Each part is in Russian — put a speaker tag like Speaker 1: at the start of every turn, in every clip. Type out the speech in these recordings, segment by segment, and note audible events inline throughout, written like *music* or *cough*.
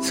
Speaker 1: С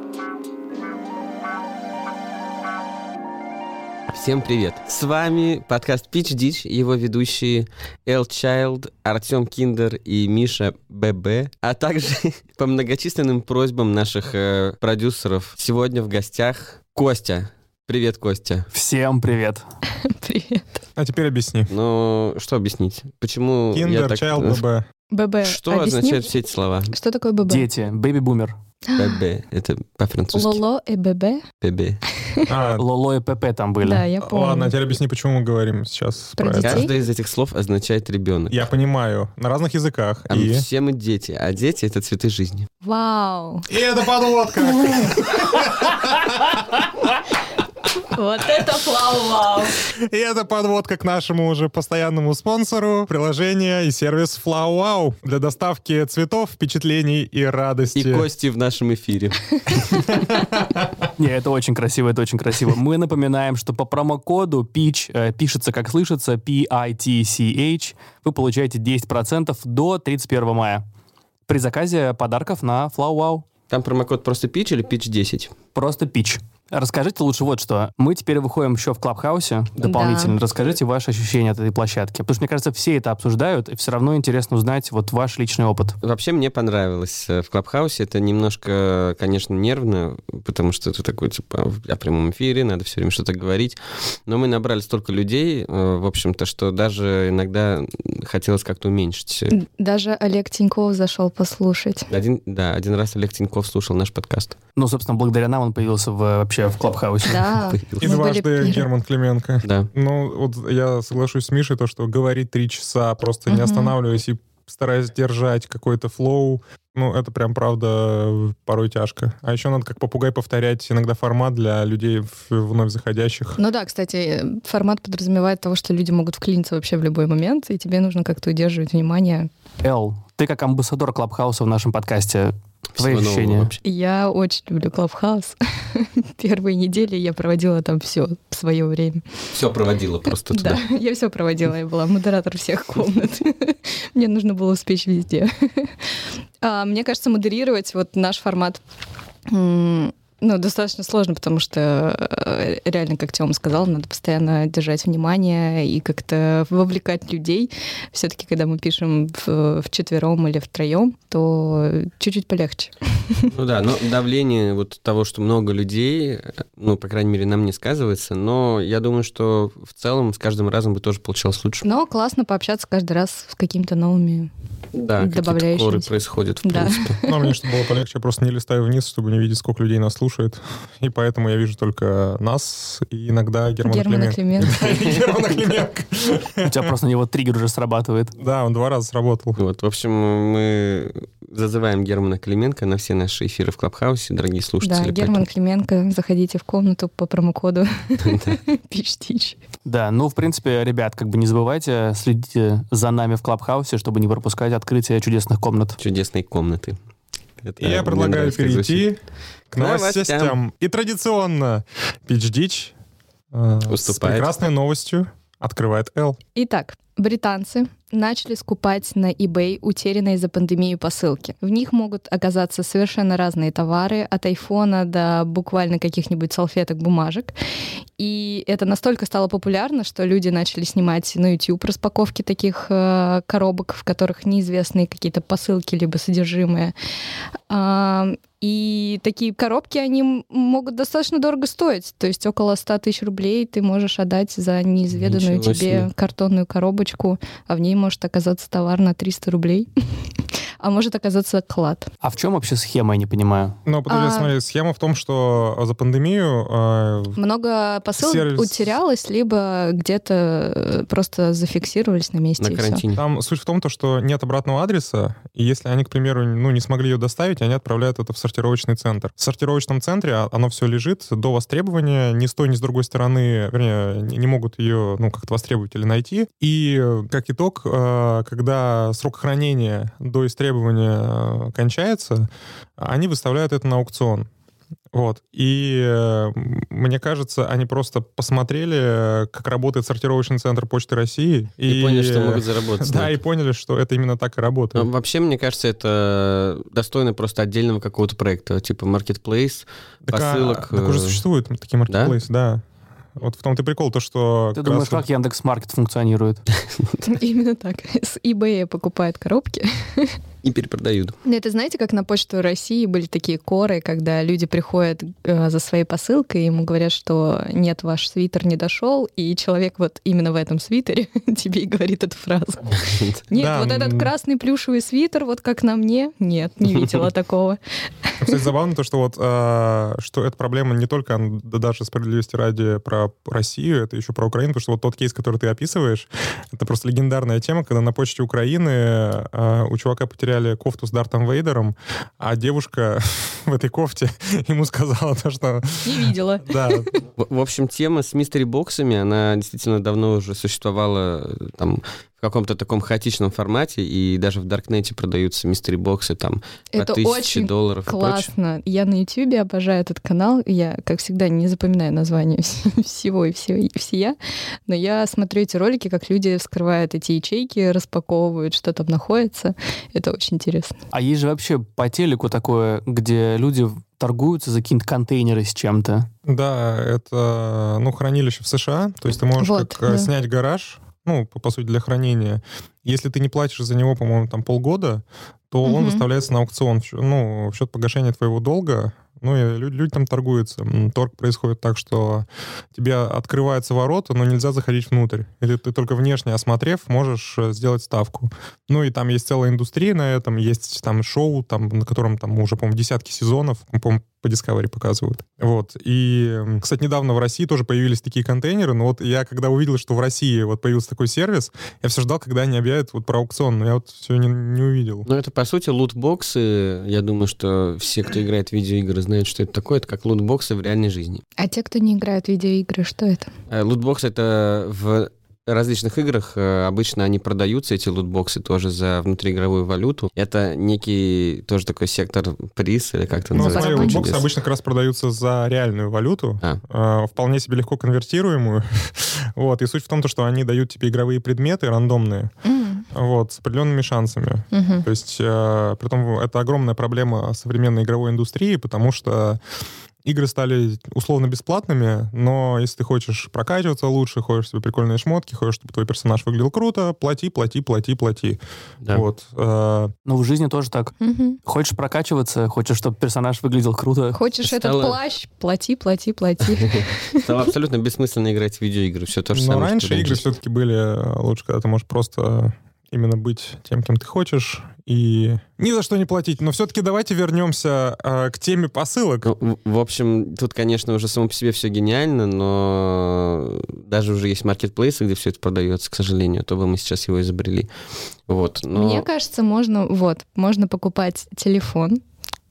Speaker 1: Всем привет! С вами подкаст Pitch Дич, его ведущие Эл Чайлд, Артем Киндер и Миша ББ, а также *laughs* по многочисленным просьбам наших э, продюсеров сегодня в гостях Костя. Привет, Костя.
Speaker 2: Всем привет.
Speaker 3: Привет.
Speaker 4: А теперь объясни.
Speaker 1: Ну, что объяснить? Почему я
Speaker 4: Kinder,
Speaker 1: так... *laughs*
Speaker 4: Child, *laughs* BB.
Speaker 3: ББ.
Speaker 1: Что
Speaker 3: объясни,
Speaker 1: означают все эти слова?
Speaker 3: Что такое ББ?
Speaker 2: Дети, бэби-бумер.
Speaker 1: ББ. Это по-французски.
Speaker 3: Лоло и ББ.
Speaker 1: ББ.
Speaker 4: А,
Speaker 2: Лоло и ПП там были.
Speaker 3: Да, я помню.
Speaker 4: Ладно, а теперь объясни, почему мы говорим сейчас
Speaker 3: Про
Speaker 4: про
Speaker 3: детей?
Speaker 4: это.
Speaker 1: Каждое из этих слов означает ребенок.
Speaker 4: Я понимаю, на разных языках.
Speaker 1: А
Speaker 4: И...
Speaker 1: все мы дети, а дети — это цветы жизни.
Speaker 3: Вау.
Speaker 4: И это подводка!
Speaker 3: *laughs* Вот это флау-вау.
Speaker 4: И это подводка к нашему уже постоянному спонсору, приложение и сервис Flow Wow для доставки цветов, впечатлений и радости.
Speaker 1: И Кости в нашем эфире.
Speaker 2: Не, это очень красиво, это очень красиво. Мы напоминаем, что по промокоду PITCH э, пишется, как слышится, P-I-T-C-H, вы получаете 10% до 31 мая. При заказе подарков на Flow Wow.
Speaker 1: Там промокод просто пич или пич 10?
Speaker 2: Просто пич. Расскажите лучше вот что. Мы теперь выходим еще в Клабхаусе дополнительно.
Speaker 3: Да.
Speaker 2: Расскажите ваши ощущения от этой площадки. Потому что, мне кажется, все это обсуждают, и все равно интересно узнать вот ваш личный опыт.
Speaker 1: Вообще мне понравилось э, в Клабхаусе. Это немножко, конечно, нервно, потому что это такой, типа, в- о прямом эфире, надо все время что-то говорить. Но мы набрали столько людей, э, в общем-то, что даже иногда хотелось как-то уменьшить.
Speaker 3: Даже Олег Тиньков зашел послушать.
Speaker 1: Один, да, один раз Олег Тиньков слушал наш подкаст.
Speaker 2: Ну, собственно, благодаря нам он появился в- вообще в Клабхаусе.
Speaker 3: Да.
Speaker 1: Появился.
Speaker 4: И
Speaker 3: Мы были
Speaker 4: дважды
Speaker 3: первые.
Speaker 4: Герман Клименко.
Speaker 1: Да.
Speaker 4: Ну, вот я соглашусь с Мишей, то, что говорить три часа, просто не
Speaker 3: Мгм.
Speaker 4: останавливаясь и стараясь держать какой-то флоу, ну, это прям, правда, порой тяжко. А еще надо как попугай повторять иногда формат для людей в- вновь заходящих.
Speaker 3: Ну да, кстати, э, формат подразумевает того, что люди могут вклиниться вообще в любой момент, и тебе нужно как-то удерживать внимание.
Speaker 2: Эл, ты как амбассадор Клабхауса в нашем подкасте. Твои
Speaker 1: Всего нового
Speaker 2: ощущения?
Speaker 1: вообще.
Speaker 3: Я очень люблю Клабхаус. *laughs* Первые недели я проводила там все свое время.
Speaker 1: Все проводило просто туда.
Speaker 3: Да, я все проводила, я была модератор всех комнат. *laughs* Мне нужно было успеть везде. А, Мне кажется, модерировать вот наш формат м, ну, достаточно сложно, потому что э, реально, как Тёма сказал, надо постоянно держать внимание и как-то вовлекать людей. все таки когда мы пишем в, вчетвером или втроем, то чуть-чуть полегче.
Speaker 1: Ну да, но давление вот того, что много людей, э, ну, по крайней мере, нам не сказывается, но я думаю, что в целом с каждым разом бы тоже получалось лучше.
Speaker 3: Но классно пообщаться каждый раз с какими-то новыми.
Speaker 1: Да, какие-то
Speaker 3: Добавляющимся.
Speaker 1: коры происходят, в
Speaker 3: Да.
Speaker 1: принципе.
Speaker 4: Ну, а мне, чтобы было полегче, я просто не листаю вниз, чтобы не видеть, сколько людей нас слушает. И поэтому я вижу только нас и иногда Германа
Speaker 3: Германа
Speaker 4: Клименко.
Speaker 3: Клименко.
Speaker 4: Германа Клименко.
Speaker 2: У тебя просто на него триггер уже срабатывает.
Speaker 4: Да, он два раза сработал.
Speaker 1: Вот, в общем, мы зазываем Германа Клименко на все наши эфиры в Клабхаусе, дорогие
Speaker 3: Да,
Speaker 1: слушатели.
Speaker 3: Герман Клименко, заходите в комнату по промокоду *laughs*
Speaker 1: поэтому- *laughs* Да.
Speaker 3: Пич-Тич.
Speaker 2: Да, ну, в принципе, ребят, как бы не забывайте, следите за нами в Клабхаусе, чтобы не пропускать открытие чудесных комнат.
Speaker 1: Чудесные комнаты. Это
Speaker 4: И
Speaker 1: Э,
Speaker 4: я
Speaker 1: мне
Speaker 4: предлагаю
Speaker 1: нравится, как звучит.
Speaker 4: перейти к
Speaker 1: К новостям.
Speaker 4: новостям. И традиционно Пич Дич э, с
Speaker 1: Уступает.
Speaker 4: прекрасной новостью открывает L.
Speaker 3: Итак, британцы начали скупать на eBay утерянные за пандемию посылки. В них могут оказаться совершенно разные товары, от айфона до буквально каких-нибудь салфеток, бумажек. И это настолько стало популярно, что люди начали снимать на YouTube распаковки таких э, коробок, в которых неизвестные какие-то посылки либо содержимое. А, и такие коробки, они м- могут достаточно дорого стоить. То есть около 100 тысяч рублей ты можешь отдать за неизведанную
Speaker 1: Ничего
Speaker 3: тебе
Speaker 1: себе.
Speaker 3: картонную коробочку, а в ней может оказаться товар на 300 рублей. а может оказаться клад.
Speaker 2: А в чем вообще схема, я не понимаю?
Speaker 4: Ну, подожди,
Speaker 3: А-
Speaker 4: смотри, схема в том, что за пандемию э,
Speaker 3: Много посылок
Speaker 4: Сервис.
Speaker 3: утерялось, либо где-то э, просто зафиксировались на месте.
Speaker 1: на
Speaker 3: и всё.
Speaker 1: карантине.
Speaker 4: Там суть в том, то, что нет обратного адреса, и если они, к примеру, ну, не смогли ее доставить, они отправляют это в сортировочный центр. В сортировочном центре а, оно все лежит до востребования, ни с той, ни с другой стороны, вернее, не не могут ее, ну, как-то востребовать или найти. И, э, как итог, э, когда срок хранения до истребования э, кончается, они выставляют это на аукцион. Вот. И э, м, мне кажется, они просто посмотрели, э, как работает сортировочный центр Почты России.
Speaker 1: И, поняли, что могут заработать.
Speaker 4: Да, и поняли, что это именно так
Speaker 1: А
Speaker 4: и работает.
Speaker 1: Вообще, мне кажется, это достойно просто отдельного какого-то проекта, типа Marketplace.
Speaker 4: Так, а-
Speaker 1: посылок,
Speaker 4: так уже
Speaker 1: э,
Speaker 4: существуют такие маркетплейсы, да? Вот в том-то и прикол, то, что...
Speaker 2: Ты
Speaker 4: как
Speaker 2: думаешь,
Speaker 4: раз вот-
Speaker 2: как Яндекс Маркет функционирует?
Speaker 3: *laughs* Именно так. С eBay покупают коробки.
Speaker 1: И *laughs* перепродают.
Speaker 3: Ну, Это знаете, как на почту России были такие коры, когда люди приходят э, за своей посылкой, и ему говорят, что нет, ваш свитер не дошел, и человек вот именно в этом свитере *laughs* тебе и говорит эту фразу. Нет,
Speaker 4: Да,
Speaker 3: вот этот
Speaker 4: м.
Speaker 3: красный плюшевый свитер, вот как на мне, нет, не
Speaker 4: *laughs*
Speaker 3: видела такого.
Speaker 4: Кстати, забавно то, что вот, э, что эта проблема не только, да даже справедливости ради, про Россию, это еще про Украину, потому что вот тот кейс, который ты описываешь, это просто легендарная тема, когда на почте Украины э, у чувака потеряли кофту с Дартом Вейдером, а девушка *laughs* в этой кофте *laughs* ему сказала то, что...
Speaker 3: Не видела.
Speaker 4: Да,
Speaker 1: В, в общем, тема с мистери-боксами, она действительно давно уже существовала э, там в каком-то таком хаотичном формате, и даже в Даркнете продаются мистери-боксы там
Speaker 4: А
Speaker 1: по
Speaker 3: Это
Speaker 1: тысяче
Speaker 3: очень
Speaker 1: долларов и прочее.
Speaker 3: Классно. Я на Ютьюбе обожаю этот канал. Я, как всегда, не запоминаю название *laughs* вс- всего и всего, и всея. Но я смотрю эти ролики, как люди вскрывают эти ячейки, распаковывают, что там находится. Это очень интересно.
Speaker 2: А есть же вообще по телеку такое, где люди торгуются за какие-то контейнеры с чем-то.
Speaker 4: Да, это ну, хранилище в США. То есть ты можешь
Speaker 3: Вот,
Speaker 4: как, э,
Speaker 3: да.
Speaker 4: снять гараж, ну, по, по сути, для хранения. Если ты не платишь за него, по-моему, там полгода, то он
Speaker 3: Мгм.
Speaker 4: выставляется на аукцион, в щ- ну, в счет погашения твоего долга. Ну, и лю- люди там торгуются. М, Торг происходит так, что тебе открываются ворота, но нельзя заходить внутрь. Или ты только внешне осмотрев, можешь э, сделать ставку. Ну и там есть целая индустрия на этом, есть там шоу, там, на котором там уже, по-моему, десятки сезонов, по-моему, по Discovery показывают. Вот. И, м, кстати, недавно в России тоже появились такие контейнеры, но вот я когда увидел, что в России вот появился такой сервис, я все ждал, когда они объявят вот про аукцион, но я вот все не, не увидел.
Speaker 1: Ну, это, по сути, лутбоксы. Я думаю, что все, кто играет в видеоигры, знают, что это такое. Это как лутбоксы в реальной жизни.
Speaker 3: А те, кто не играет в видеоигры, что это?
Speaker 1: Э, Лутбоксы — это в различных играх э, обычно они продаются, эти лутбоксы, тоже за внутриигровую валюту. Это некий тоже такой сектор приз, или как это
Speaker 4: Ну,
Speaker 1: называется?
Speaker 4: смотри,
Speaker 3: Забанчик.
Speaker 4: боксы
Speaker 1: Интересно.
Speaker 4: обычно как раз продаются за реальную валюту,
Speaker 1: А.
Speaker 4: э, вполне себе легко конвертируемую. *laughs* вот. И суть в том, то, что они дают тебе игровые предметы рандомные, вот, с определенными шансами.
Speaker 3: Мгм.
Speaker 4: То есть, э, притом это огромная проблема современной игровой индустрии, потому что игры стали условно бесплатными, но если ты хочешь прокачиваться лучше, хочешь себе прикольные шмотки, хочешь, чтобы твой персонаж выглядел круто, плати, плати, плати, плати.
Speaker 1: Да.
Speaker 4: Вот. Э,
Speaker 2: Но Ну, в жизни тоже так.
Speaker 3: Мгм.
Speaker 2: Хочешь прокачиваться, хочешь, чтобы персонаж выглядел круто.
Speaker 3: Хочешь
Speaker 1: Стало-
Speaker 3: этот плащ? Плати, плати, плати.
Speaker 1: Стало абсолютно бессмысленно играть в видеоигры. Все то же
Speaker 4: но
Speaker 1: самое. что
Speaker 4: раньше игры все-таки были э, лучше, когда ты можешь просто именно быть тем, кем ты хочешь, и ни за что не платить. Но все-таки давайте вернемся э, к теме посылок.
Speaker 1: Ну, в- в общем, тут, конечно, уже само по себе все гениально, но даже уже есть маркетплейсы, где все это продается, к сожалению, а то бы мы сейчас его изобрели. Вот, но...
Speaker 3: Мне кажется, можно, вот, можно покупать телефон,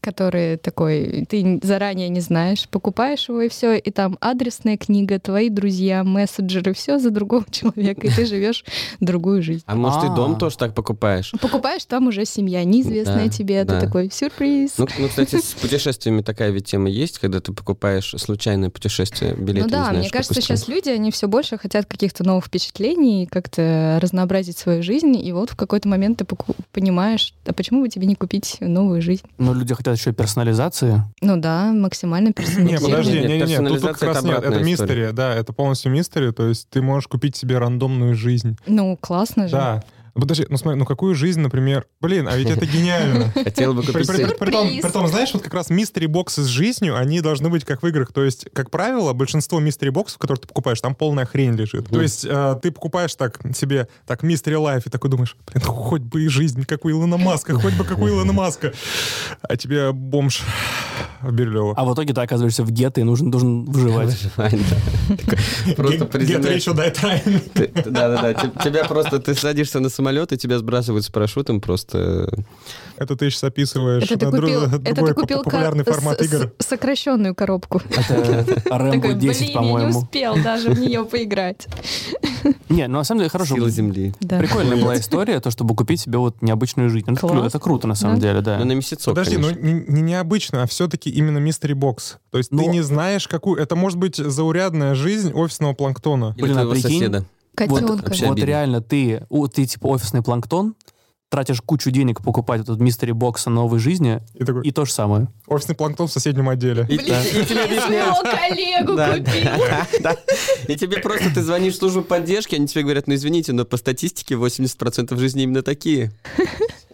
Speaker 3: который такой, ты н- заранее не знаешь, покупаешь его и все, и там адресная книга, твои друзья, мессенджеры, все за другого *laughs* человека, и ты живешь другую жизнь.
Speaker 1: А может, ты дом
Speaker 2: А.
Speaker 1: тоже так покупаешь?
Speaker 3: Покупаешь там уже семья, неизвестная
Speaker 1: Да,
Speaker 3: тебе,
Speaker 1: да.
Speaker 3: ты такой сюрприз.
Speaker 1: Ну, ну, кстати, с путешествиями такая ведь тема есть, когда ты покупаешь случайное путешествие, билет
Speaker 3: Ну
Speaker 1: не
Speaker 3: да,
Speaker 1: знаешь,
Speaker 3: мне
Speaker 1: как
Speaker 3: кажется,
Speaker 1: устроен.
Speaker 3: сейчас люди, они все больше хотят каких-то новых впечатлений, как-то разнообразить свою жизнь, и вот в какой-то момент ты поку- понимаешь, а почему бы тебе не купить новую жизнь?
Speaker 2: Но люди хотят еще и персонализации.
Speaker 3: Ну да, максимально
Speaker 4: Не,
Speaker 1: Нет,
Speaker 3: персонализированно.
Speaker 4: подожди,
Speaker 1: нет,
Speaker 4: не, не, не, тут,
Speaker 1: персонализация
Speaker 4: тут как раз
Speaker 1: это
Speaker 4: нет, это
Speaker 1: обратная история.
Speaker 4: мистери, да, это полностью мистери, то есть ты можешь купить себе рандомную жизнь,
Speaker 3: Ну, классно же.
Speaker 4: да. Подожди, ну смотри, ну какую жизнь, например... Блин, а ведь
Speaker 1: *laughs*
Speaker 4: это гениально.
Speaker 1: Хотел бы
Speaker 4: При-
Speaker 1: купить...
Speaker 4: при-
Speaker 1: себе- *laughs*
Speaker 2: *laughs*
Speaker 4: при- Притом,
Speaker 3: Сюрприз.
Speaker 4: притом, знаешь, вот как раз мистери-боксы с жизнью, они должны быть как в играх. То есть, как правило, большинство мистери-боксов, которые ты покупаешь, там полная хрень лежит. То есть, э, ты покупаешь так себе, так, мистери-лайф, и такой думаешь, блин, ну хоть бы и жизнь, как у Илона Маска, хоть бы как у Илона Маска. А тебе бомж Берлева.
Speaker 2: А в итоге ты оказываешься в гетто и нужен, должен выживать.
Speaker 1: Выживание, да. Такой, А Просто презентация.
Speaker 4: еще дай тайм.
Speaker 1: Ты- ты- Да-да-да, Теб- тебя просто, ты садишься на самолет, и тебя сбрасывают с парашютом просто.
Speaker 4: Это ты сейчас описываешь
Speaker 3: Это ты
Speaker 4: на дру- *laughs*
Speaker 3: купил, это ты
Speaker 4: другой поп-
Speaker 3: купил ка-
Speaker 4: популярный формат
Speaker 3: с-
Speaker 4: игр.
Speaker 3: с- сокращенную коробку.
Speaker 2: Это
Speaker 3: *laughs*
Speaker 2: Рэмбо
Speaker 3: Такой,
Speaker 2: 10,
Speaker 3: блин, я не
Speaker 2: по-моему.
Speaker 3: успел даже в нее поиграть.
Speaker 2: Не, ну на самом деле хорошо.
Speaker 1: Сила земли.
Speaker 3: Да.
Speaker 2: Прикольная была история, то, чтобы купить себе вот необычную жизнь. Ну, Это,
Speaker 3: Класс.
Speaker 2: круто, это круто, на самом
Speaker 3: Да.
Speaker 2: деле, да.
Speaker 1: Ну, на месяцок,
Speaker 4: Подожди, ну
Speaker 1: конечно.
Speaker 4: не, не необычно, а все-таки именно мистери бокс. То есть
Speaker 2: Но-
Speaker 1: Ну,
Speaker 4: ты не знаешь, какую... Это может быть заурядная жизнь офисного планктона.
Speaker 1: Или
Speaker 2: блин, а
Speaker 1: твоего
Speaker 2: прикинь,
Speaker 1: соседа.
Speaker 2: Вот,
Speaker 3: Котенка.
Speaker 1: вообще.
Speaker 2: вот
Speaker 1: обидно.
Speaker 2: реально, ты, у- ты типа офисный планктон, тратишь кучу денег покупать этот мистери бокса новой жизни,
Speaker 4: И такой,
Speaker 2: и то же самое.
Speaker 4: офисный планктон в соседнем отделе.
Speaker 1: И-
Speaker 3: Блин,
Speaker 1: и тебе
Speaker 3: я
Speaker 1: объясняют.
Speaker 3: своего коллегу
Speaker 1: Да,
Speaker 3: купил.
Speaker 1: да, *laughs* да. И тебе просто ты звонишь в службу поддержки, они тебе говорят, ну извините, но по статистике 80% жизни именно такие.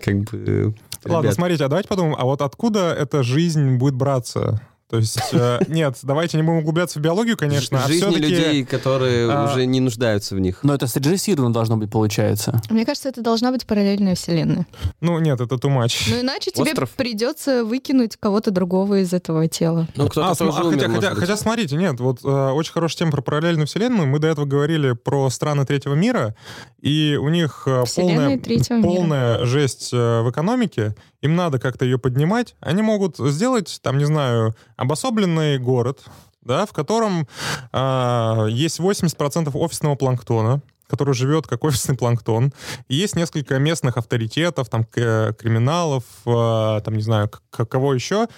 Speaker 1: Как бы... э,
Speaker 4: Ладно,
Speaker 1: ребят,
Speaker 4: смотрите, а давайте подумаем, а вот откуда эта жизнь будет браться? То есть, э, *laughs* нет, давайте не будем углубляться в биологию, конечно, а
Speaker 1: Жизни
Speaker 4: все-таки...
Speaker 1: людей, которые
Speaker 4: а, Ну,
Speaker 1: уже не нуждаются в них.
Speaker 2: Но это срежиссировано должно быть, получается.
Speaker 3: Мне кажется, это должна быть параллельная вселенная.
Speaker 4: Ну, нет, это too much.
Speaker 3: Но иначе тебе
Speaker 1: Остров.
Speaker 3: придется выкинуть кого-то другого из этого тела.
Speaker 1: Ну, кто-то
Speaker 4: А,
Speaker 1: тоже
Speaker 4: см- а,
Speaker 1: умер,
Speaker 4: хотя,
Speaker 1: может
Speaker 4: хотя-
Speaker 1: быть.
Speaker 4: хотя, смотрите, нет, вот э, очень хорошая тема про параллельную вселенную. Мы до этого говорили про страны третьего мира, и у них э,
Speaker 3: Вселенная
Speaker 4: полная,
Speaker 3: третьего мира.
Speaker 4: полная жесть э, в экономике. Им надо как-то ее поднимать. Они могут сделать, там, не знаю, обособленный город, да, в котором э, есть 80% офисного планктона который живет как офисный планктон. И есть несколько местных авторитетов, там, к- э, криминалов, э, там, не знаю, к- к- кого еще.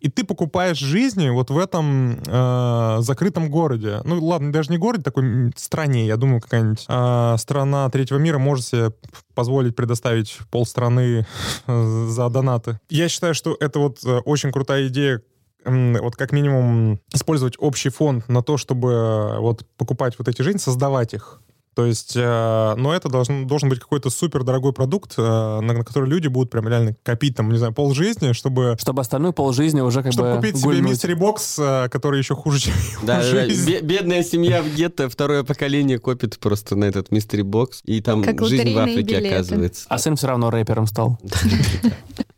Speaker 4: И ты покупаешь жизни вот в этом э, закрытом городе. Ну, ладно, даже не городе, такой м, стране, я думаю, какая-нибудь э, страна третьего мира может себе позволить предоставить полстраны э, за донаты. Я считаю, что это вот э, очень крутая идея, м, вот как минимум использовать общий фонд на то, чтобы э, вот покупать вот эти жизни, создавать их. То есть, э, но это должен, должен быть какой-то супер дорогой продукт, э, на, на который люди будут прям реально копить там, не знаю, полжизни, чтобы
Speaker 2: Чтобы остальную полжизни уже как
Speaker 4: чтобы
Speaker 2: бы
Speaker 4: купить себе
Speaker 2: гульнуть.
Speaker 4: мистери бокс, э, который еще хуже, чем *laughs* его
Speaker 1: Да, да, да.
Speaker 4: жизнь.
Speaker 1: Бе- бедная семья в гетто, второе поколение копит просто на этот мистери бокс, и там
Speaker 3: Как
Speaker 1: жизнь в
Speaker 3: лотерейные
Speaker 1: Африке
Speaker 3: билеты.
Speaker 1: оказывается.
Speaker 2: А сын все равно рэпером стал.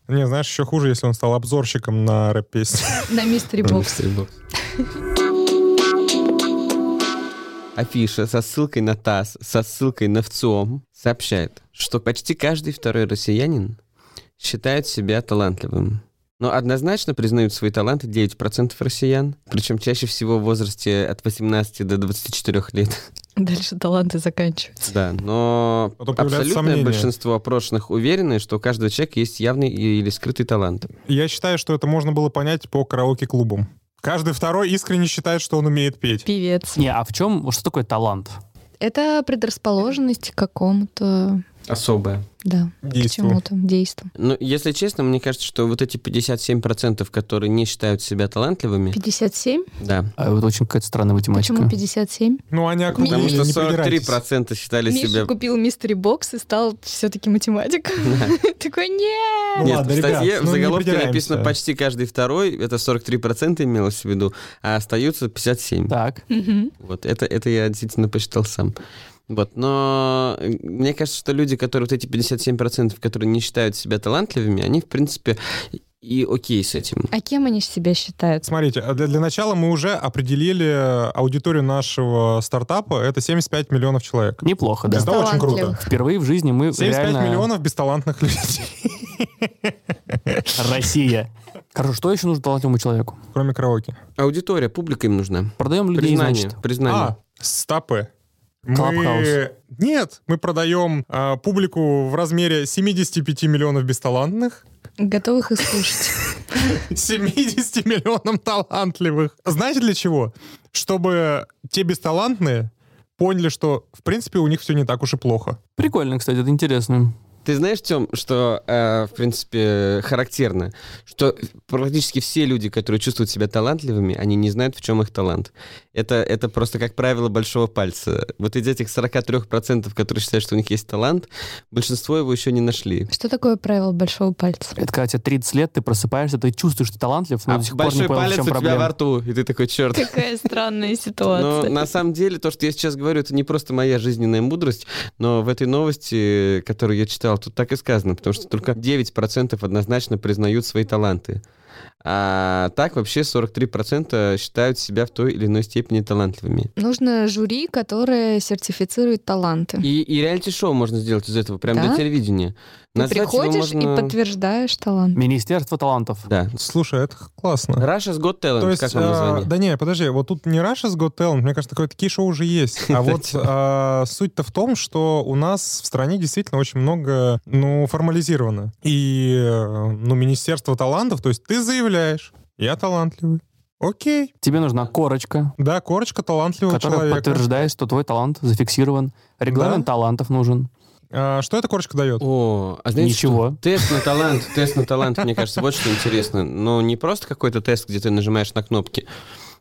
Speaker 4: Не, знаешь, еще хуже, если он стал обзорщиком на рэп-песни.
Speaker 3: На мистери
Speaker 1: Про
Speaker 3: бокс.
Speaker 1: мистери бокс. Афиша со ссылкой на ТАСС, со ссылкой на ВЦИОМ сообщает, что почти каждый второй россиянин считает себя талантливым. Но однозначно признают свои таланты 9% россиян, причем чаще всего в возрасте от 18 до 24 лет. *laughs*
Speaker 3: Дальше таланты заканчиваются.
Speaker 1: Да, но
Speaker 4: Потом появляются
Speaker 1: абсолютное
Speaker 4: сомнения.
Speaker 1: большинство опрошенных уверены, что у каждого человека есть явный и- или скрытый талант.
Speaker 4: *laughs* Я считаю, что это можно было понять по караоке-клубам. Каждый второй искренне считает, что он умеет петь.
Speaker 3: Певец.
Speaker 2: Не, а в чем, что такое талант?
Speaker 3: Это предрасположенность к какому-то,
Speaker 1: Особое.
Speaker 3: да, к
Speaker 4: Действую.
Speaker 3: чему-то, действу.
Speaker 1: Ну, если честно, мне кажется, что вот эти 57%, которые не считают себя талантливыми,
Speaker 3: 57?
Speaker 1: да,
Speaker 2: А, вот очень какая-то странная математика.
Speaker 3: Почему 57?
Speaker 4: Ну, они округлили,
Speaker 1: потому что
Speaker 4: не придирайтесь.
Speaker 1: 43% считали *laughs*
Speaker 3: Миша
Speaker 1: себя...
Speaker 3: купил мистери бокс и стал все-таки математиком. *laughs* Такой, нет!
Speaker 4: Ну
Speaker 1: Нет,
Speaker 4: ладно,
Speaker 1: в
Speaker 4: ребят,
Speaker 1: статье
Speaker 4: ну
Speaker 1: в
Speaker 4: не
Speaker 1: заголовке
Speaker 4: придираемся.
Speaker 1: написано почти каждый второй, это 43% имелось в виду, а остаются 57.
Speaker 2: Так.
Speaker 3: Мгм.
Speaker 1: Вот, это, это я действительно посчитал сам. Вот, но э, мне кажется, что люди, которые вот эти 57%, которые не считают себя талантливыми, они, в принципе, и- и окей с этим.
Speaker 3: А кем они себя считают?
Speaker 4: Смотрите, а для, для начала мы уже определили аудиторию нашего стартапа. Это 75 миллионов человек.
Speaker 2: Неплохо, да.
Speaker 4: Без Это очень круто.
Speaker 3: Талантливых.
Speaker 2: Впервые в жизни мы
Speaker 4: 75
Speaker 2: реально...
Speaker 4: миллионов бесталантных *laughs* людей,
Speaker 2: Россия. Хорошо, что еще нужно талантливому человеку?
Speaker 4: кроме караоке.
Speaker 1: Аудитория, публика им нужна.
Speaker 2: Продаем людей,
Speaker 1: признание,
Speaker 2: значит.
Speaker 1: признание.
Speaker 4: А, стапы.
Speaker 2: Клабхаус.
Speaker 4: Мы... Нет, мы продаем а, публику в размере 75 миллионов бесталантных, *laughs*
Speaker 3: Готовых их слушать.
Speaker 4: 70 миллионам талантливых. Знаете для чего? Чтобы те бесталантные поняли, что, в принципе, у них все не так уж и плохо.
Speaker 2: Прикольно, кстати, это интересно.
Speaker 1: Ты знаешь, Тем, что, э, в принципе, характерно, что практически все люди, которые чувствуют себя талантливыми, они не знают, в чем их талант. Это, это просто как правило большого пальца. Вот из этих 43%, которые считают, что у них есть талант, большинство его еще не нашли.
Speaker 3: *laughs* Что такое правило большого пальца?
Speaker 2: Это когда тебе 30 лет, ты просыпаешься, ты чувствуешь, что ты талантлив, но
Speaker 1: А
Speaker 2: до сих пор
Speaker 1: большой
Speaker 2: не понял, в
Speaker 1: палец у
Speaker 2: чем
Speaker 1: тебя во
Speaker 2: проблема.
Speaker 1: рту, и ты такой, черт.
Speaker 5: Какая странная
Speaker 1: Но
Speaker 2: Ну,
Speaker 5: ситуация.
Speaker 1: на самом деле то, что я сейчас говорю, это не просто моя жизненная мудрость, но в этой новости, которую я читал, тут так и сказано, потому что только 9% однозначно признают свои таланты. А так вообще 43% считают себя в той или иной степени талантливыми.
Speaker 3: Нужно жюри, которое сертифицирует таланты.
Speaker 1: И, и реалити-шоу можно сделать из этого, прям
Speaker 3: Да?
Speaker 1: для телевидения.
Speaker 3: Ты
Speaker 1: Назвать его
Speaker 3: приходишь
Speaker 1: можно-
Speaker 3: и подтверждаешь талант.
Speaker 2: Министерство талантов.
Speaker 1: Да.
Speaker 4: Слушай, это х- классно.
Speaker 1: Russia's Got Talent,
Speaker 4: То есть,
Speaker 1: как вам
Speaker 4: а,
Speaker 1: название?
Speaker 4: да не, подожди, вот тут не Russia's Got Talent, мне кажется, такое, такие шоу
Speaker 1: *laughs*
Speaker 4: уже есть. А вот
Speaker 1: типа.
Speaker 4: а, суть-то в том, что у нас в стране действительно очень много, ну, формализировано. И, э, ну, Министерство талантов, то есть ты заявляешь, я талантливый. Окей.
Speaker 2: Тебе нужна корочка,
Speaker 4: Да, корочка талантливого
Speaker 2: которая
Speaker 4: человека.
Speaker 2: подтверждает, что твой талант зафиксирован. Регламент талантов нужен.
Speaker 4: А, что эта корочка дает?
Speaker 1: О, а знаете
Speaker 2: Ничего.
Speaker 1: что? Тест на талант, тест на талант, мне кажется, вот что интересно. Но не просто какой-то тест, где ты нажимаешь на кнопки,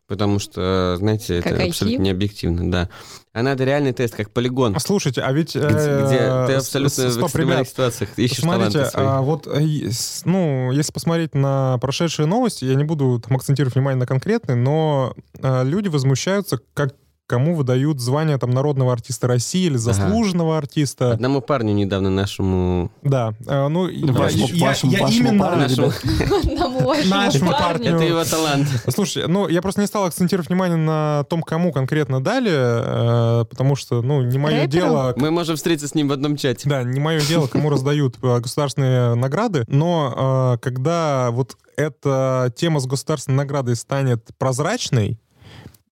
Speaker 1: потому что, знаете, это
Speaker 3: Как IQ?
Speaker 1: абсолютно не объективно, да. А надо реальный тест, как полигон,
Speaker 4: А, Слушайте, а ведь... э,
Speaker 1: где, где ты
Speaker 4: с-
Speaker 1: абсолютно
Speaker 4: с-
Speaker 1: в
Speaker 4: стоп,
Speaker 1: экстремальных
Speaker 4: ребят,
Speaker 1: ситуациях ищешь
Speaker 4: Смотрите,
Speaker 1: таланты свои.
Speaker 4: а вот э, е- с- ну, если посмотреть на прошедшие новости, я не буду там акцентировать внимание на конкретные, но э, люди возмущаются, как кому выдают звание там народного артиста России или заслуженного артиста.
Speaker 1: Одному парню недавно нашему...
Speaker 4: Да, э, ну и- я-
Speaker 2: Вашему-
Speaker 4: я-
Speaker 2: вашему-
Speaker 4: я
Speaker 2: вашему
Speaker 4: именно-
Speaker 2: парню,
Speaker 1: нашему- *laughs*
Speaker 2: ребят.
Speaker 5: Одному вашему
Speaker 4: Нашему
Speaker 5: парню.
Speaker 4: парню.
Speaker 1: Это его талант.
Speaker 4: Слушай, ну я просто не стал акцентировать внимание на том, кому конкретно дали, э, потому что, ну, не мое
Speaker 3: Рэперу?
Speaker 4: дело,
Speaker 1: Мы можем встретиться с ним в одном чате.
Speaker 4: Да, не мое дело, кому раздают э, государственные награды, но э, когда вот эта тема с государственной наградой станет прозрачной,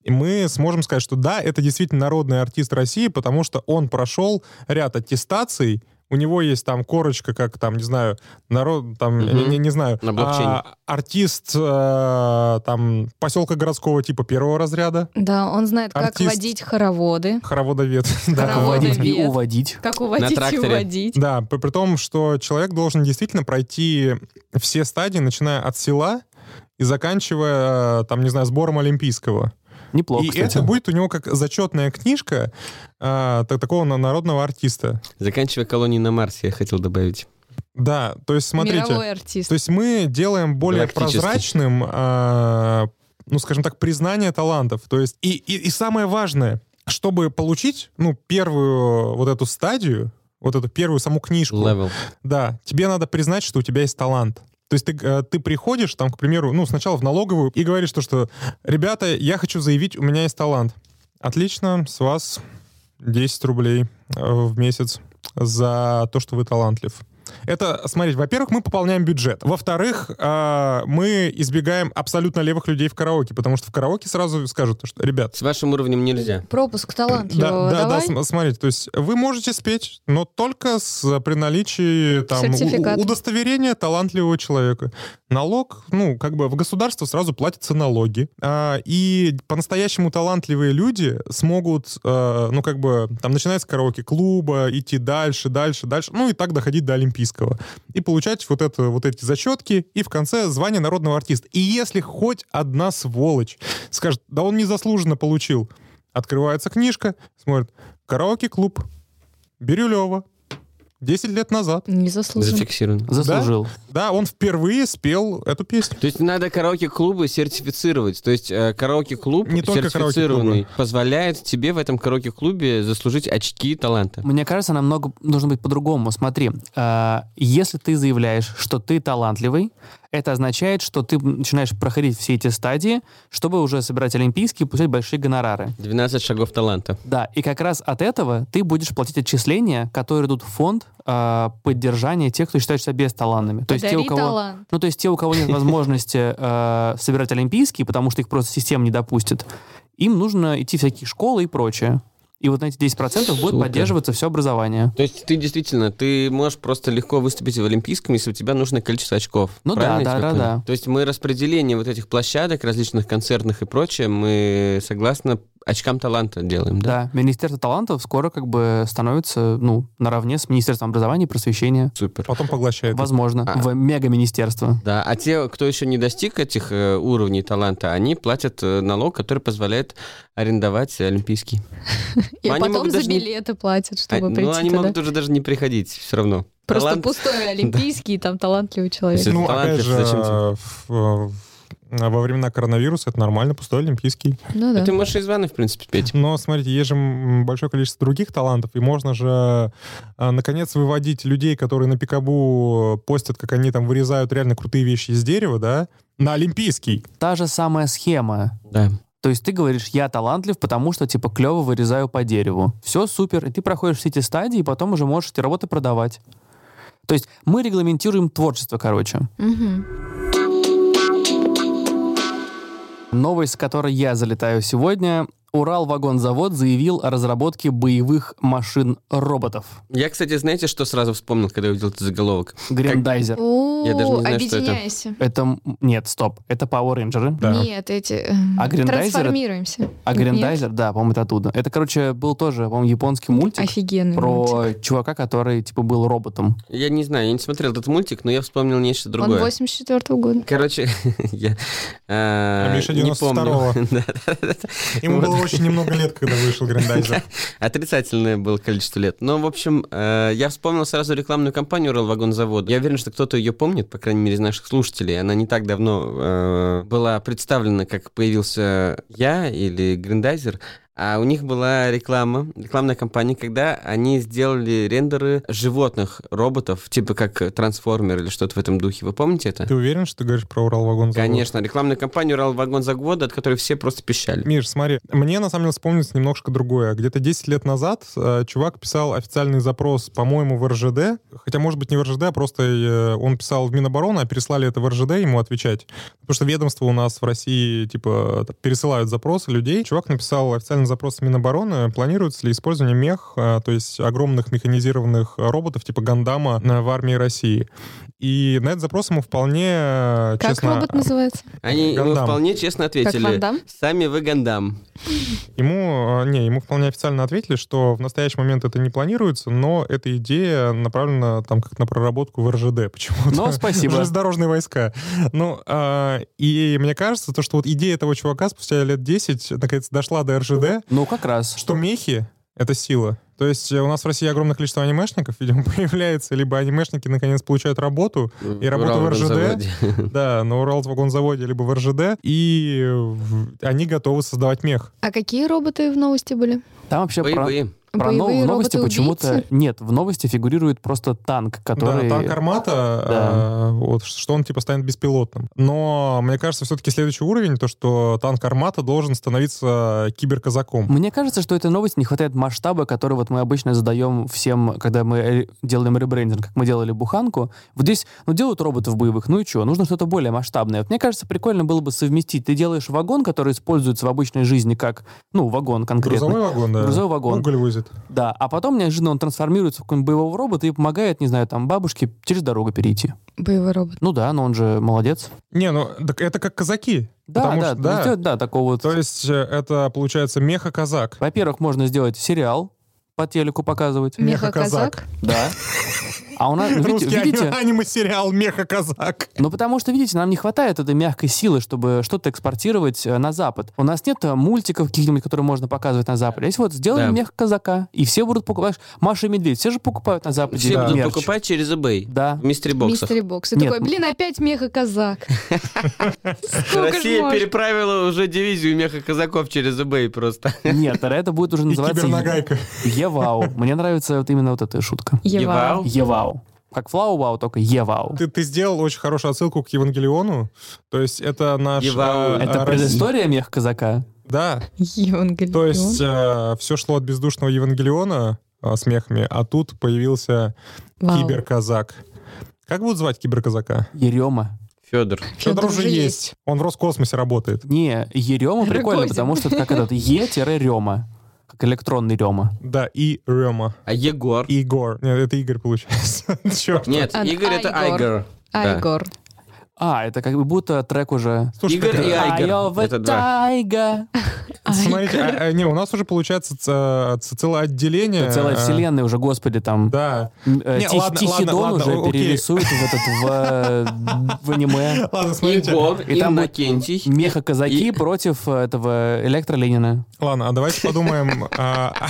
Speaker 4: и мы сможем сказать, что да, это действительно народный артист России, потому что он прошел ряд аттестаций, у него есть там корочка, как там, не знаю, народ, там,
Speaker 1: Мгм.
Speaker 4: не, не- не знаю,
Speaker 1: На блокчейне.
Speaker 4: а, артист э, там поселка городского типа первого разряда,
Speaker 3: Да, он знает, как
Speaker 4: Артист.
Speaker 3: водить хороводы,
Speaker 4: хороводовед. *laughs* да.
Speaker 3: Хоровод.
Speaker 2: Водить и
Speaker 3: Молодец.
Speaker 2: уводить.
Speaker 5: Как уводить и
Speaker 1: тракторе.
Speaker 5: уводить.
Speaker 4: Да, при, при том, что человек должен действительно пройти все стадии, начиная от села и заканчивая, э, там, не знаю, сбором Олимпийского.
Speaker 2: Неплохо,
Speaker 4: и
Speaker 2: кстати.
Speaker 4: это будет у него как зачетная книжка э, та- такого на- народного артиста.
Speaker 1: Заканчивая колонии на Марсе, я хотел добавить.
Speaker 4: Да, то есть смотрите.
Speaker 3: мировой артист.
Speaker 4: То есть мы делаем более
Speaker 1: Галактический.
Speaker 4: прозрачным, э, ну, скажем так, признание талантов. То есть и, и, и самое важное, чтобы получить, ну, первую вот эту стадию, вот эту первую саму книжку,
Speaker 1: Левел.
Speaker 4: Да, тебе надо признать, что у тебя есть талант. То есть ты, э, ты приходишь, там, к примеру, ну, сначала в налоговую и говоришь то, что «Ребята, я хочу заявить, у меня есть талант». Отлично, с вас 10 рублей э, в месяц за то, что вы талантлив. Это, смотрите, во-первых, мы пополняем бюджет. Во-вторых, э, мы избегаем абсолютно левых людей в караоке, потому что в караоке сразу скажут, что, ребят,
Speaker 1: С вашим уровнем нельзя.
Speaker 3: Пропуск
Speaker 4: да,
Speaker 3: талантливого
Speaker 4: да, да,
Speaker 3: Ну, давай.
Speaker 4: см- смотрите, то есть вы можете спеть, но только с, при наличии там, у-
Speaker 3: Сертификат.
Speaker 4: у- удостоверения талантливого человека. Налог, ну, как бы в государство сразу платятся налоги. А, и по-настоящему талантливые люди смогут, э, ну, как бы, там, начинать с караоке-клуба, идти дальше, дальше, дальше, ну, и так доходить до Олимпийского. И получать вот, это, вот эти зачетки, и в конце звание народного артиста. И если хоть одна сволочь скажет, да он незаслуженно получил, Открывается книжка, смотрит, караоке-клуб, Бирюлева, 10 лет назад.
Speaker 3: Не заслуженно.
Speaker 1: Зафиксировано.
Speaker 2: Заслужил.
Speaker 4: Да, он впервые спел эту песню.
Speaker 1: То есть надо караоке-клубы сертифицировать. То есть э, караоке-клуб
Speaker 4: Не только
Speaker 1: сертифицированный позволяет тебе в этом караоке-клубе заслужить очки таланта.
Speaker 2: Мне кажется, намного должно быть по-другому. Смотри, а, если ты заявляешь, что ты талантливый, это означает, что ты начинаешь проходить все эти стадии, чтобы уже собирать олимпийские и получать большие гонорары.
Speaker 1: 12 шагов таланта.
Speaker 2: Да, и как раз от этого ты будешь платить отчисления, которые идут в фонд а, поддержания тех, кто считает себя бесталанными. То есть те, у
Speaker 3: Подари
Speaker 2: кого...
Speaker 3: талант.
Speaker 2: Ну, то есть те, у кого
Speaker 3: *laughs*
Speaker 2: нет возможности э, собирать олимпийские, потому что их просто система не допустит, им нужно идти в всякие школы и прочее. И вот на эти 10% будет
Speaker 1: Супер.
Speaker 2: поддерживаться все образование.
Speaker 1: То есть ты действительно, ты можешь просто легко выступить в Олимпийском, если у тебя нужное количество очков.
Speaker 2: Ну да,
Speaker 1: Правильно я
Speaker 2: да,
Speaker 1: тебя
Speaker 2: да,
Speaker 1: понял?
Speaker 2: да.
Speaker 1: То есть мы распределение вот этих площадок, различных концертных и прочее, мы согласно очкам таланта делаем, да?
Speaker 2: Да. Министерство талантов скоро как бы становится, ну, наравне с Министерством образования и просвещения.
Speaker 1: Супер.
Speaker 4: Потом поглощает.
Speaker 2: Возможно,
Speaker 1: А.
Speaker 2: в мега-министерство.
Speaker 1: Да, а те, кто еще не достиг этих э, уровней таланта, они платят э, налог, который позволяет арендовать олимпийский.
Speaker 3: И
Speaker 1: Но они
Speaker 3: потом
Speaker 1: могут
Speaker 3: за
Speaker 1: даже не-
Speaker 3: билеты платят,
Speaker 1: А,
Speaker 3: чтобы
Speaker 1: ну,
Speaker 3: прийти
Speaker 1: они
Speaker 3: туда.
Speaker 1: могут уже даже не приходить все равно.
Speaker 3: Просто
Speaker 1: Талант- *laughs*
Speaker 3: пустой олимпийский, и там талантливый человек.
Speaker 1: Если-
Speaker 4: Ну,
Speaker 1: талантлив,
Speaker 4: опять же,
Speaker 1: зачем тебе?
Speaker 4: в- в- во времена коронавируса это нормально, пустой олимпийский.
Speaker 3: Ну да.
Speaker 1: Ты можешь из ванны, в принципе, петь.
Speaker 4: Но смотрите, есть же м, большое количество других талантов, и можно же а, наконец выводить людей, которые на пикабу э, постят, как они там вырезают реально крутые вещи из дерева, да, на олимпийский.
Speaker 2: Та же самая схема.
Speaker 1: Да.
Speaker 2: То есть ты говоришь, я талантлив, потому что, типа, клево вырезаю по дереву. Все супер, и ты проходишь все эти стадии, и потом уже можешь эти работы продавать. То есть мы регламентируем творчество, короче.
Speaker 5: Мгм.
Speaker 2: Новость, с которой я залетаю сегодня. Урал-вагонзавод заявил о разработке боевых машин-роботов.
Speaker 1: Я, кстати, знаете, что сразу вспомнил, когда увидел этот заголовок?
Speaker 2: Грендайзер.
Speaker 1: Я даже не
Speaker 5: О,
Speaker 1: знаю, что это.
Speaker 5: объединяйся.
Speaker 2: Это... м- Нет, стоп. Это Power Rangers.
Speaker 4: Да.
Speaker 5: Нет, эти... э,
Speaker 2: А Грендайзер-
Speaker 5: Трансформируемся.
Speaker 2: А
Speaker 5: Нет.
Speaker 2: Грендайзер, да, по-моему, это оттуда. Это, короче, был тоже, по-моему, японский мультик
Speaker 3: Офигенный мультик.
Speaker 2: про чувака, который, типа, был роботом.
Speaker 1: Я не знаю, я не смотрел этот мультик, но я вспомнил нечто
Speaker 3: Он
Speaker 1: другое.
Speaker 3: 84 года.
Speaker 1: Короче, *laughs* я э,
Speaker 4: Миша
Speaker 1: не
Speaker 4: 92-го.
Speaker 1: помню. *laughs* Да, да, да, да.
Speaker 4: Ему
Speaker 1: Вот.
Speaker 4: было очень немного лет, когда
Speaker 1: *laughs*
Speaker 4: вышел Грендайзер.
Speaker 1: Отрицательное было количество лет. Но, в общем, э, я вспомнил сразу рекламную кампанию «Уралвагонзавод». Я уверен, что кто-то ее помнит, по крайней мере, из наших слушателей. Она не так давно э, была представлена, как появился я или Гриндайзер. А у них была реклама, рекламная кампания, когда они сделали рендеры животных, роботов, типа как трансформер или что-то в этом духе. Вы помните это?
Speaker 4: Ты уверен, что ты говоришь про Уралвагон?
Speaker 1: Конечно, рекламную кампанию «Уралвагон за год», от которой все просто пищали.
Speaker 4: Миш, смотри, мне на самом деле вспомнилось немножко другое. Где-то 10 лет назад э, чувак писал официальный запрос, по-моему, в РЖД, хотя, может быть, не в РЖД, а просто э, он писал в Минобороны, а переслали это в РЖД ему отвечать. Потому что ведомство у нас в России, типа, т- пересылают запросы людей. Чувак написал официальный запрос в Минобороны, планируется ли использование мех, э, то есть огромных механизированных роботов, типа Гандама, э, в армии России. И на этот запрос ему вполне, э,
Speaker 3: Как
Speaker 4: честно,
Speaker 1: а,
Speaker 3: робот называется?
Speaker 1: Они ему
Speaker 4: Гандам.
Speaker 1: вполне честно
Speaker 3: Как Ван
Speaker 1: ответили.
Speaker 3: Дам?
Speaker 1: Сами вы Гандам.
Speaker 4: Ему, э, не, ему вполне официально ответили, что в настоящий момент это не планируется, но эта идея направлена там как на проработку в РЖД *laughs* почему-то.
Speaker 2: Но типа, спасибо.
Speaker 4: Железнодорожные войска. Ну, а, и мне кажется, то, что вот идея этого чувака спустя лет 10, наконец, дошла до РЖД,
Speaker 2: Ну, как раз.
Speaker 4: что мехи — это сила. То есть э, у нас в России огромное количество анимешников, видимо, *laughs* появляется, либо анимешники наконец получают работу, И работа в РЖД? да, на Уралвагонзаводе, либо в РЖД, и э, в- они готовы создавать мех.
Speaker 3: А какие роботы в новости были?
Speaker 2: Там вообще про...
Speaker 1: Боевые.
Speaker 2: Про нов-
Speaker 3: Боевые
Speaker 2: в новости
Speaker 3: роботы-убийцы?
Speaker 2: почему-то нет, в новости фигурирует просто танк, который.
Speaker 4: Да, танк «Армата»,
Speaker 2: Да.
Speaker 4: э, вот, что он типа станет беспилотным. Но мне кажется, все-таки следующий уровень, то, что танк «Армата» должен становиться киберказаком.
Speaker 2: Мне кажется, что этой новости не хватает масштаба, который вот мы обычно задаем всем, когда мы ре- делаем ребрендинг, как мы делали буханку. Вот здесь, ну, делают роботов боевых, ну и что? Нужно что-то более масштабное. Вот мне кажется, прикольно было бы совместить. Ты делаешь вагон, который используется в обычной жизни как, ну, вагон конкретно.
Speaker 4: Грузовой вагон, да.
Speaker 2: Грузовой вагон.
Speaker 4: Уголь возит.
Speaker 2: Да, а потом неожиданно он трансформируется в какой-нибудь боевого робота и помогает, не знаю, там, бабушке через дорогу перейти.
Speaker 3: Боевой робот.
Speaker 2: Ну да, но он же молодец.
Speaker 4: Не, ну так это как казаки.
Speaker 2: Да,
Speaker 4: Потому
Speaker 2: да,
Speaker 4: что,
Speaker 2: да.
Speaker 4: да.
Speaker 2: да, такого вот
Speaker 4: То есть э, это получается меха-казак.
Speaker 2: Во-первых, можно сделать сериал по телеку показывать.
Speaker 4: Меха-казак.
Speaker 3: Меха-казак.
Speaker 2: Да. А у нас, ну, видите,
Speaker 4: Русский ани-
Speaker 2: видите?
Speaker 4: аниме-сериал «Меха-казак».
Speaker 2: Ну, потому что, видите, нам не хватает этой мягкой силы, чтобы что-то экспортировать э, на Запад. У нас нет э, мультиков каких-нибудь, которые можно показывать на Западе. Если вот сделаем
Speaker 1: Да.
Speaker 2: мех казака, и все будут покупать. Знаешь, Маша и Медведь, все же покупают на Западе
Speaker 1: Все будут
Speaker 2: мерч.
Speaker 1: покупать через eBay.
Speaker 2: Да.
Speaker 1: В мистери боксах.
Speaker 3: Мистери Бокс. И
Speaker 2: Нет,
Speaker 3: такой,
Speaker 2: м-
Speaker 3: блин, опять
Speaker 1: *laughs*
Speaker 3: меха-казак. Сколько ж
Speaker 1: Россия
Speaker 3: можно?
Speaker 1: переправила уже дивизию меха казаков через eBay *laughs* просто.
Speaker 2: Нет, тогда это будет уже
Speaker 4: И
Speaker 2: называться
Speaker 4: кибернагайка.
Speaker 2: Евау. Мне нравится вот именно вот эта шутка.
Speaker 3: Ева.
Speaker 1: Евау.
Speaker 2: Евау. Как флау-вау, только Евау.
Speaker 4: Ты, ты сделал очень хорошую отсылку к Евангелиону. То есть это наш...
Speaker 1: Евау.
Speaker 4: э,
Speaker 2: Это
Speaker 4: э,
Speaker 2: предыстория мех казака.
Speaker 4: Да,
Speaker 3: Евангелион.
Speaker 4: То есть все шло от бездушного Евангелиона э, с мехами, а тут появился
Speaker 3: Вау.
Speaker 4: киберказак. Как будут звать киберказака?
Speaker 2: Ерема.
Speaker 1: Федор.
Speaker 4: Федор уже есть. Он в Роскосмосе работает.
Speaker 2: Не, Ерема прикольно,
Speaker 3: Рогозин.
Speaker 2: потому что это как этот Е-Рема. как электронный Рема.
Speaker 4: Да, и Рема.
Speaker 1: А Егор?
Speaker 4: Игор. Нет, это Игорь получается. *laughs* Черт.
Speaker 1: Нет,
Speaker 3: А,
Speaker 1: Игорь это Айгор.
Speaker 3: Айгор.
Speaker 1: Да.
Speaker 3: Айгор.
Speaker 2: А, это как будто трек уже...
Speaker 4: Слушай,
Speaker 1: Игорь и
Speaker 4: так,
Speaker 1: Айгор.
Speaker 2: Айова
Speaker 1: Это два.
Speaker 2: тайга.
Speaker 4: смотрите, а, а, не, у нас уже получается ц- ц- целое отделение.
Speaker 2: Это целая
Speaker 4: а,
Speaker 2: вселенная уже, господи, там...
Speaker 4: Да.
Speaker 2: М, э,
Speaker 4: Не,
Speaker 2: Тих-
Speaker 4: ладно,
Speaker 2: Тихий
Speaker 4: ладно,
Speaker 2: Дон
Speaker 4: ладно,
Speaker 2: уже
Speaker 4: окей.
Speaker 2: перерисуют в этот в, э, в
Speaker 4: *laughs*
Speaker 2: аниме.
Speaker 4: Ладно, смотрите.
Speaker 1: Егор,
Speaker 2: И там
Speaker 1: Иннокентий.
Speaker 2: Меха-казаки
Speaker 1: И-
Speaker 2: против этого Электро-Ленина.
Speaker 4: Ладно, а давайте подумаем. а, а,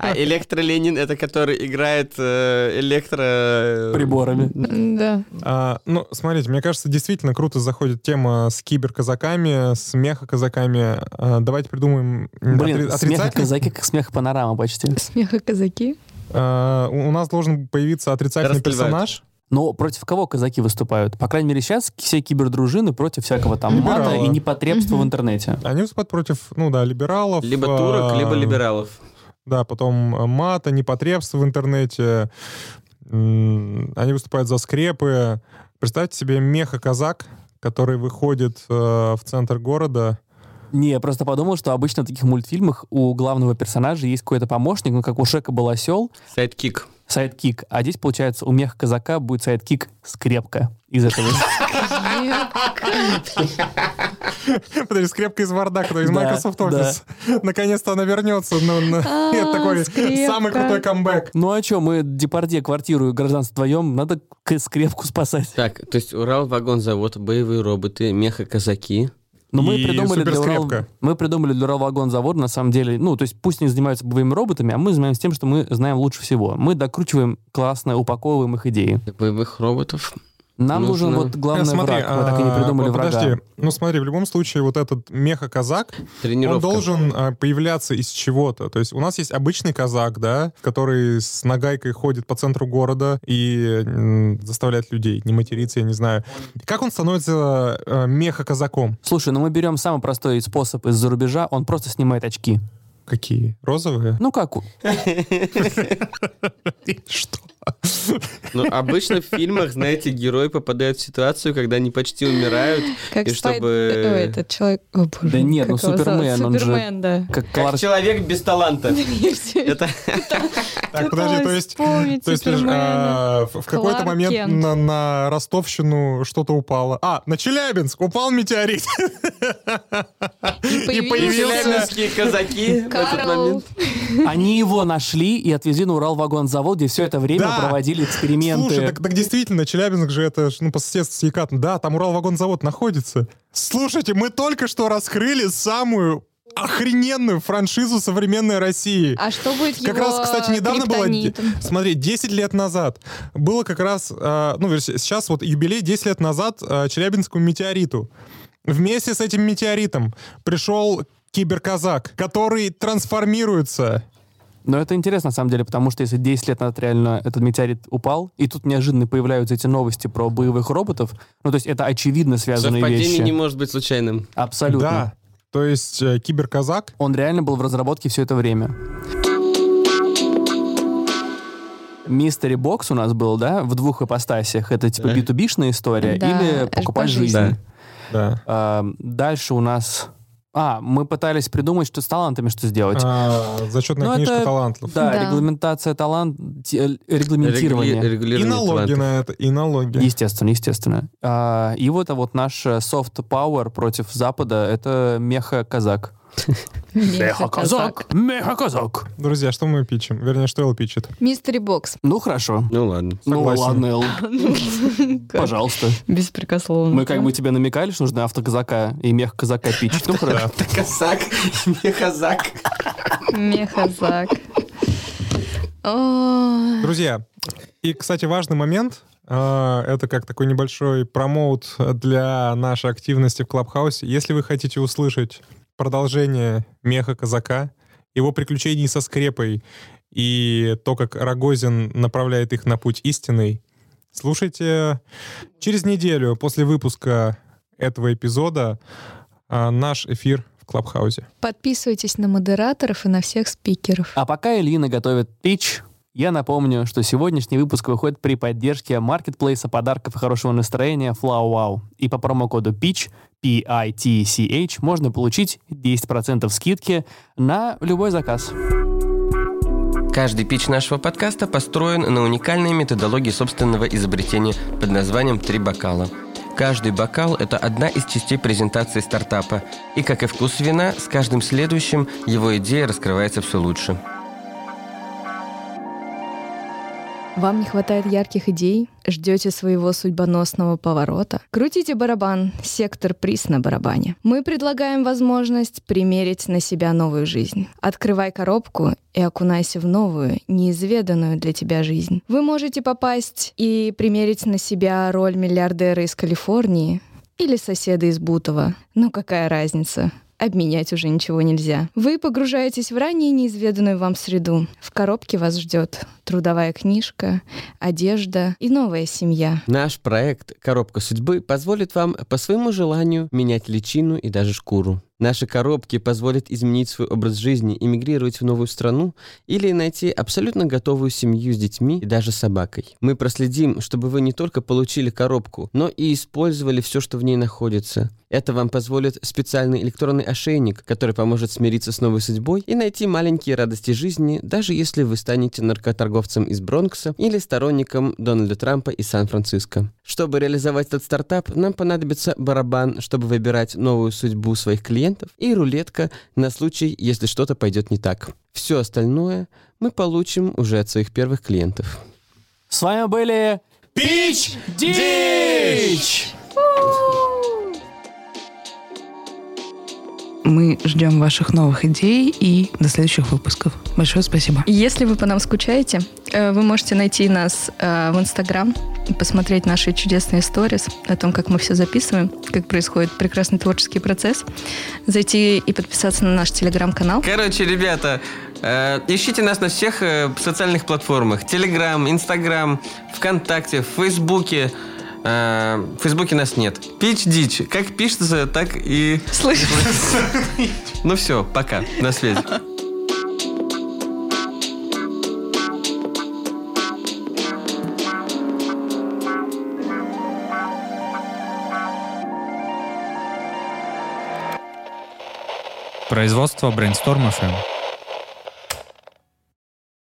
Speaker 1: А Электро Ленин это который играет э, электро...
Speaker 4: Э,
Speaker 1: э,
Speaker 2: Приборами.
Speaker 3: Да.
Speaker 4: а, Ну, смотрите, мне кажется, действительно круто заходит тема с киберказаками, с меха-казаками. А, Давайте придумаем м, отри-
Speaker 2: Блин, смех
Speaker 4: отрицательный
Speaker 2: казаки как смех панорама почти.
Speaker 3: Смеха казаки.
Speaker 4: А, У у нас должен появиться отрицательный
Speaker 1: Раскрывают.
Speaker 4: персонаж.
Speaker 2: Но против кого казаки выступают? По крайней мере, сейчас все кибердружины против всякого там мата
Speaker 4: Либерала.
Speaker 2: и непотребства в
Speaker 3: Мгм.
Speaker 2: интернете.
Speaker 4: Они выступают А, против, ну да, либералов.
Speaker 1: Либо
Speaker 4: а,
Speaker 1: турок, либо либералов.
Speaker 4: Да, потом э, мата, непотребства в интернете. М, Они выступают за скрепы. Представьте себе меха-казак, который выходит э, в центр города.
Speaker 2: Не, я просто подумал, что обычно в таких мультфильмах у главного персонажа есть какой-то помощник, ну, как у Шека был осел,
Speaker 1: Сайдкик.
Speaker 2: сайдкик. А здесь, получается, у меха казака будет сайдкик скрепка из этого. *laughs*
Speaker 4: Подожди, скрепка из Варда, которая из
Speaker 2: Да,
Speaker 4: Microsoft Office. *laughs* Наконец-то она вернется. Ну, на-
Speaker 3: А,
Speaker 4: *laughs* Это такой
Speaker 3: скрепка.
Speaker 4: самый крутой камбэк.
Speaker 2: Ну а что, мы депарде, квартиру и гражданство вдвоем, надо к- скрепку спасать.
Speaker 1: Так, то есть Урал, вагонзавод, боевые роботы, меха-казаки.
Speaker 2: Но мы
Speaker 4: И
Speaker 2: придумали для Урал...
Speaker 4: суперскрепка.
Speaker 2: Мы придумали для завод на самом деле, ну, то есть пусть они занимаются боевыми роботами, а мы занимаемся тем, что мы знаем лучше всего. Мы докручиваем классно, упаковываем их идеи.
Speaker 1: Боевых роботов.
Speaker 2: Нам
Speaker 1: Нужно-
Speaker 2: нужен вот
Speaker 4: Э,
Speaker 2: главный враг. Мы так и не
Speaker 4: а,
Speaker 2: придумали
Speaker 4: вот
Speaker 2: врага.
Speaker 4: Подожди, ну смотри, в любом случае вот этот меха-казак,
Speaker 1: Тренировка.
Speaker 4: Он должен а, появляться из чего-то. То есть у нас есть обычный казак, да, который с нагайкой ходит по центру города и м, заставляет людей не материться, я не знаю. Как он становится э, меха-казаком?
Speaker 2: Слушай, ну мы берем самый простой способ из-за рубежа, он просто снимает очки.
Speaker 4: Какие? Розовые?
Speaker 2: Ну как?
Speaker 4: *laughs* Что?
Speaker 1: Ну, обычно в фильмах, знаете, герои попадают в ситуацию, когда они почти умирают.
Speaker 3: Как
Speaker 1: И
Speaker 3: Спайд-
Speaker 1: чтобы-
Speaker 3: Ой, этот человек... О, боже,
Speaker 2: Да нет,
Speaker 3: как
Speaker 2: ну,
Speaker 3: его зовут?
Speaker 2: Супермен, он же-
Speaker 3: Супермен, да. *laughs*
Speaker 2: Как
Speaker 1: Как
Speaker 2: Кларк-
Speaker 1: человек без таланта.
Speaker 3: Я всё *laughs*
Speaker 1: Это
Speaker 4: Так, подожди, то есть...
Speaker 3: вспомнить
Speaker 4: То есть, э,
Speaker 3: Супермена.
Speaker 4: а, в в какой-то
Speaker 3: Кларк
Speaker 4: момент
Speaker 3: Кент.
Speaker 4: на, на ростовщину что-то упало. А, на Челябинск упал метеорит.
Speaker 3: И появился
Speaker 1: челябинские казаки в этот
Speaker 3: Карл.
Speaker 1: момент.
Speaker 2: Они его нашли и отвезли на Уралвагонзавод, где все это время
Speaker 4: Да.
Speaker 2: проводили эксперименты.
Speaker 4: Слушай, так, так действительно, Челябинск же это ж, ну, по соседству с Екатом. Да, там Уралвагонзавод находится. Слушайте, мы только что раскрыли самую охрененную франшизу современной России.
Speaker 3: А что будет
Speaker 4: Как
Speaker 3: его
Speaker 4: раз, кстати, недавно было...
Speaker 3: криптонитом?
Speaker 4: Смотри, 10 лет назад было как раз... э, ну, вернее, сейчас вот юбилей 10 лет назад э, Челябинскому метеориту. Вместе с этим метеоритом пришел киберказак, который трансформируется.
Speaker 2: Но это интересно, на самом деле, потому что если 10 лет назад реально этот метеорит упал, и тут неожиданно появляются эти новости про боевых роботов, ну, то есть это очевидно связанные
Speaker 1: Совпадение
Speaker 2: вещи.
Speaker 1: не может быть случайным.
Speaker 2: Абсолютно.
Speaker 4: Да. То есть э, киберказак
Speaker 2: Он реально был в разработке все это время. Мистери Бокс у нас был, да, в двух ипостасях. Это типа
Speaker 1: Да.
Speaker 2: B2B-шная история
Speaker 3: Да,
Speaker 2: или
Speaker 3: аж
Speaker 2: покупать
Speaker 3: по
Speaker 2: жизнь.
Speaker 3: жизни.
Speaker 4: да.
Speaker 2: А, дальше у нас... А, мы пытались придумать, что с талантами что сделать.
Speaker 4: А, зачетная
Speaker 2: Ну,
Speaker 4: книжка
Speaker 2: это-
Speaker 4: талантов.
Speaker 2: Да,
Speaker 3: Да.
Speaker 2: регламентация талант... те- Регламентирование.
Speaker 1: Регули-
Speaker 4: И
Speaker 1: регулирование
Speaker 4: налоги
Speaker 1: талантов.
Speaker 4: на это, и налоги.
Speaker 2: Естественно, естественно. А, и вот, а вот наш э, soft power против Запада — это меха-казак.
Speaker 3: Меха-казак.
Speaker 2: Меха-казак!
Speaker 4: Друзья, что мы пичем? Вернее, что Эл пичет?
Speaker 3: Мистери Бокс.
Speaker 2: Ну, хорошо.
Speaker 1: Ну ладно.
Speaker 4: Согласен.
Speaker 2: Ну, ладно, Эл, пожалуйста.
Speaker 3: Беспрекословно.
Speaker 2: Мы как бы тебе намекали, что нужно автоказака и мех-казака пичить. Ну, хорошо.
Speaker 1: *laughs* Казак, не казак.
Speaker 3: Мехазак. Ой.
Speaker 4: Друзья, и, кстати, важный момент. а, Это как такой небольшой промоут для нашей активности в Клабхаусе. Если вы хотите услышать продолжение «Меха казака», его приключений со скрепой и то, как Рогозин направляет их на путь истинный, слушайте через неделю после выпуска этого эпизода а, наш эфир в Клабхаусе.
Speaker 3: Подписывайтесь на модераторов и на всех спикеров.
Speaker 2: А пока Элина готовит пич, я напомню, что сегодняшний выпуск выходит при поддержке маркетплейса подарков и хорошего настроения FlowWow. И по промокоду PITCH, P-I-T-C-H, можно получить 10% скидки на любой заказ.
Speaker 6: Каждый пич нашего подкаста построен на уникальной методологии собственного изобретения под названием «Три бокала». Каждый бокал – это одна из частей презентации стартапа. И, как и вкус вина, с каждым следующим его идея раскрывается все лучше.
Speaker 3: Вам не хватает ярких идей? Ждете своего судьбоносного поворота? Крутите барабан, сектор приз на барабане. Мы предлагаем возможность примерить на себя новую жизнь. Открывай коробку и окунайся в новую, неизведанную для тебя жизнь. Вы можете попасть и примерить на себя роль миллиардера из Калифорнии или соседа из Бутова. Ну какая разница? обменять уже ничего нельзя. Вы погружаетесь в ранее неизведанную вам среду. В коробке вас ждет трудовая книжка, одежда и новая семья.
Speaker 1: Наш проект «Коробка судьбы» позволит вам по своему желанию менять личину и даже шкуру. Наши коробки позволят изменить свой образ жизни, эмигрировать в новую страну или найти абсолютно готовую семью с детьми и даже собакой. Мы проследим, чтобы вы не только получили коробку, но и использовали все, что в ней находится. Это вам позволит специальный электронный ошейник, который поможет смириться с новой судьбой и найти маленькие радости жизни, даже если вы станете наркоторговцем из Бронкса или сторонником Дональда Трампа из Сан-Франциско. Чтобы реализовать этот стартап, нам понадобится барабан, чтобы выбирать новую судьбу своих клиентов, и рулетка на случай, если что-то пойдет не так. Все остальное мы получим уже от своих первых клиентов.
Speaker 2: С вами были Пич Дич!
Speaker 7: Мы ждем ваших новых идей и до следующих выпусков. Большое спасибо.
Speaker 3: Если вы по нам скучаете, э, вы можете найти нас э, в Инстаграм и посмотреть наши чудесные сторис о том, как мы все записываем, как происходит прекрасный творческий процесс. Зайти и подписаться на наш Телеграм-канал.
Speaker 6: Короче, ребята, э, ищите нас на всех э, социальных платформах. Телеграм, Инстаграм, ВКонтакте, в Фейсбуке. Э, в Фейсбуке нас нет. Пич-дичь. Как пишется, так и...
Speaker 7: Слышишь?
Speaker 6: Ну все, пока. На связи.
Speaker 8: Производство Brainstorm FM.